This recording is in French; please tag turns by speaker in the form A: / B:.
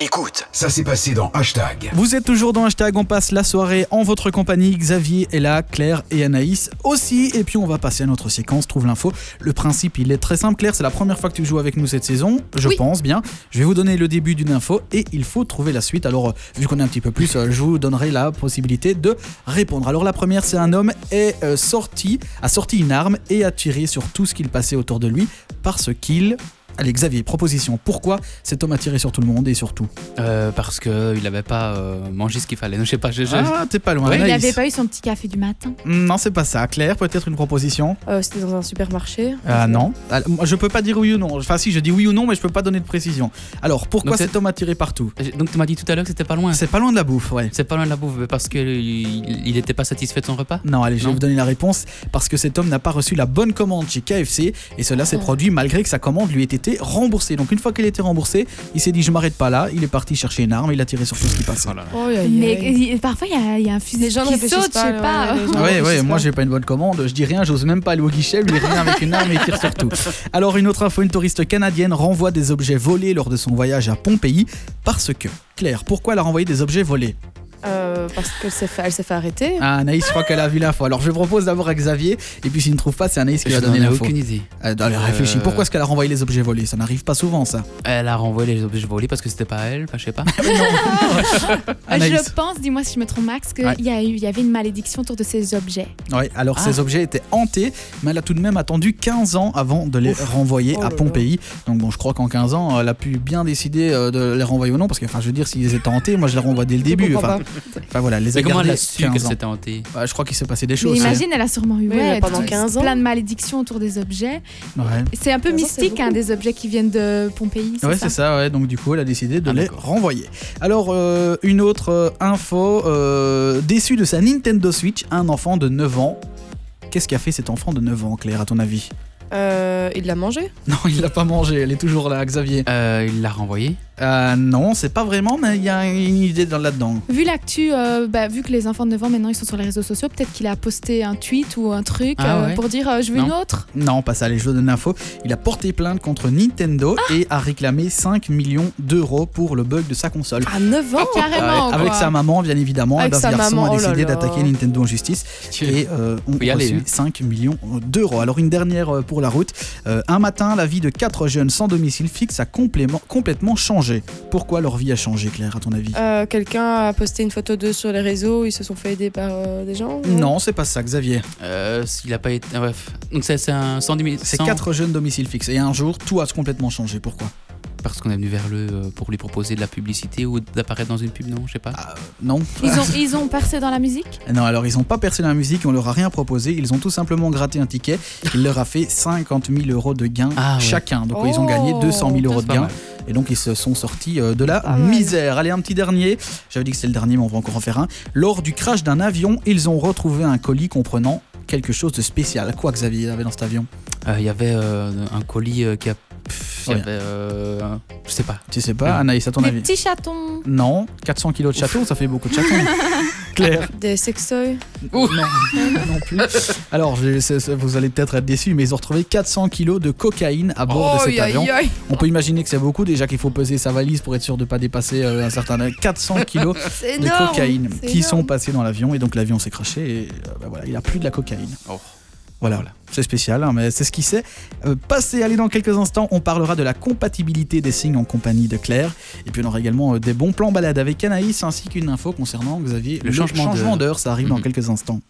A: Écoute, ça s'est passé dans Hashtag.
B: Vous êtes toujours dans Hashtag, on passe la soirée en votre compagnie. Xavier est là, Claire et Anaïs aussi. Et puis on va passer à notre séquence Trouve l'info. Le principe, il est très simple. Claire, c'est la première fois que tu joues avec nous cette saison, je
C: Oui.
B: pense bien. Je vais vous donner le début d'une info et il faut trouver la suite. Alors, euh, vu qu'on est un petit peu plus, euh, je vous donnerai la possibilité de répondre. Alors la première, c'est un homme est euh, sorti, a sorti une arme et a tiré sur tout ce qu'il passait autour de lui parce qu'il... Allez Xavier, proposition. Pourquoi cet homme a tiré sur tout le monde et sur tout
D: Euh, parce que il avait pas euh, mangé ce qu'il fallait. Non, je sais pas. Je, je-
B: Ah, t'es pas loin.
D: Ouais,
C: Il
B: Anaïs.
C: n'avait pas eu son petit café du matin.
B: Mm, Non, c'est pas ça. Claire, peut-être une proposition
E: Euh, C'était dans un supermarché.
B: Ah non. Ah, moi, Je peux pas dire oui ou non. Enfin, si, je dis oui ou non, mais je peux pas donner de précision. Alors, pourquoi
D: Donc, c'est-
B: cet homme a tiré partout
D: Donc tu m'as dit tout à l'heure que c'était pas loin.
B: C'est pas loin de la bouffe, ouais.
D: C'est pas loin de la bouffe, mais parce que il il était pas satisfait de son repas.
B: Non, allez, je vais
D: Non.
B: vous donner la réponse parce que cet homme n'a pas reçu la bonne commande chez KFC et cela s'est
E: Oh.
B: produit malgré que sa commande lui ait été remboursée. Donc, une fois qu'elle était remboursée, il s'est dit Je m'arrête pas là. Il est parti chercher une arme, il a tiré sur tout ce qui passait.
D: Oh là là.
E: Oh, aïe, aïe,
C: Mais
E: aïe.
C: il- parfois, il y a- il y, a un fusil
E: Les gens ne
C: qui
E: réfléchissent
C: saute, je sais pas.
E: ouais, les gens
B: Ah
E: ne
B: Ouais, ouais,
E: réfléchissent
B: moi
E: pas.
B: j'ai pas une bonne commande, je dis rien, j'ose même pas aller au guichet, lui rien avec une arme et il tire sur tout. Alors une autre info, une touriste canadienne renvoie des objets volés lors de son voyage à Pompéi parce que. Claire, pourquoi elle a renvoyé des objets volés
E: Euh, parce qu'elle s'est fait, elle s'est fait arrêter.
B: Ah, Anaïs, je crois qu'elle a vu l'info. Alors je propose d'abord à Xavier, et puis s'il ne trouve pas, c'est Anaïs qui
D: Je
B: va donner
D: n'en ai
B: l'info.
D: aucune idée.
B: Euh, allez, réfléchis,
D: Euh,
B: pourquoi est-ce qu'elle a renvoyé les objets volés Ça n'arrive pas souvent ça.
D: Elle a renvoyé les objets volés parce que c'était pas elle, enfin, je sais pas.
B: Anaïs.
C: Ah, Je pense, dis-moi si je me trompe, Max, qu'il
B: Ouais.
C: y, a eu- il y avait une malédiction autour de ces objets.
B: Ouais, alors
D: Ah.
B: ces objets étaient hantés, mais elle a tout de même attendu 15 ans avant de les renvoyer
E: Oh
B: à
E: là là.
B: Pompéi. Donc bon, je crois qu'en 15 ans, elle a pu bien décider euh, de les renvoyer ou non, parce que enfin, je veux dire, s'ils étaient hantés, moi je les renvoie dès le
E: Je
B: début.
E: comprends
B: Enfin,
E: pas.
B: enfin, voilà, elle les
D: Mais
B: a
D: comment elle
B: gardés
D: a su
B: 15
D: qu'elle
B: ans.
D: s'était hantée
B: Bah, je crois qu'il s'est passé des
C: Mais
B: choses.
C: imagine, elle a sûrement eu
E: Oui, mais
C: ouais,
E: pendant
C: tout-
E: 15 ans.
C: plein de malédictions autour des objets.
B: Ouais.
C: C'est un peu
E: 15 ans, c'est
C: mystique, hein,
E: beaucoup.
C: des objets qui viennent de Pompéi.
B: Ouais, c'est ça, ouais. donc du coup, elle a décidé de
D: Ah,
B: les
D: d'accord.
B: renvoyer. Alors, euh, une autre euh, info, euh, déçu de sa Nintendo Switch, un enfant de 9 ans. Qu'est-ce qu'a fait cet enfant de 9 ans, Claire, à ton avis
E: Euh, il l'a mangé
B: Non, il l'a pas mangé, elle est toujours là, Xavier.
D: Euh, Il l'a renvoyée.
B: Euh, non, c'est pas vraiment, mais il y a une idée dans- là-dedans.
C: Vu l'actu, euh, bah, vu que les enfants de 9 ans maintenant ils sont sur les réseaux sociaux, peut-être qu'il a posté un tweet ou un truc
D: Ah
C: euh,
D: ouais.
C: pour dire euh, je veux
D: Non.
C: une autre.
B: Non, pas ça, les jeux de l'info. Il a porté plainte contre Nintendo
E: Ah
B: et a réclamé 5 millions d'euros pour le bug de sa console.
E: À 9 ans
C: Carrément.
B: avec
C: quoi.
B: sa maman, bien évidemment,
E: Oh, Avec
B: Adolf
E: sa
B: Garçon
E: maman,
B: a
E: oh là
B: décidé
E: là.
B: d'attaquer Nintendo en justice et euh, on
D: Faut y
B: a
D: aller,
B: reçu
D: hein.
B: 5 millions d'euros. Alors une dernière euh, pour la route. Euh, un matin, la vie de quatre jeunes sans domicile fixe a complément- complètement changé. Pourquoi leur vie a changé, Claire, à ton avis
E: Euh, Quelqu'un a posté une photo d'eux sur les réseaux, ils se sont fait aider par euh, des gens ouais.
B: Non, c'est pas ça, Xavier.
D: Euh, il a pas été. ah, Bref. Donc c'est c'est un 110
B: C'est
D: 100,
B: quatre jeunes domicile fixe. Et un jour, tout a complètement changé. Pourquoi
D: Parce qu'on est venu vers le euh, pour lui proposer de la publicité ou d'apparaître dans une pub, non Je sais pas.
B: Ah, Non
C: Ils ont, ils ont percé dans la musique
B: Non, alors ils ont pas percé dans la musique, on leur a rien proposé, ils ont tout simplement gratté un ticket. Il leur a fait 50 000 euros de gains
D: Ah ouais.
B: chacun. Donc ils ont
E: Oh.
B: gagné 200 000 euros
D: C'est
B: de
D: pas
B: gains.
D: mal.
B: Et donc ils se sont sortis euh, de la
E: Pas mal.
B: misère. Allez, un petit dernier. J'avais dit que c'était le dernier, mais on va encore en faire un. Lors du crash d'un avion, ils ont retrouvé un colis comprenant quelque chose de spécial. Quoi, Xavier, il y avait dans cet avion
D: Euh, Il y avait euh, un colis euh, qui a. pff, il y
B: Ah. Ouais.
D: avait, euh, un- je sais pas.
B: Tu sais pas,
D: Non.
B: Anaïs, à ton
C: Des
B: avis
C: petits chatons.
B: Non, 400 kilos de château, ça fait beaucoup de château. Claire
E: Des sextoys
B: Non, non plus. Alors, je- c'est- c'est- vous allez peut-être être déçus, mais ils ont retrouvé 400 kilos de cocaïne à bord de cet avion.
E: Oh, aïe
B: On peut imaginer que c'est beaucoup, déjà qu'il faut peser sa valise pour être sûr de ne pas dépasser euh, un certain 400 kilos
E: C'est
B: de
E: énorme
B: cocaïne
E: c'est
B: qui
E: énorme.
B: sont passés dans l'avion et donc l'avion s'est craché et euh, bah voilà, il a plus de la cocaïne.
D: Oh.
B: Voilà,
D: Voilà.
B: c'est spécial, hein, mais c'est ce qui sait. Euh, passez, allez, dans quelques instants, on parlera de la compatibilité des signes en compagnie de Claire. Et puis on aura également euh, des bons plans balade avec Anaïs ainsi qu'une info concernant Xavier.
D: Le changement d'heure.
B: d'heure, ça arrive dans
D: Mhm.
B: quelques instants.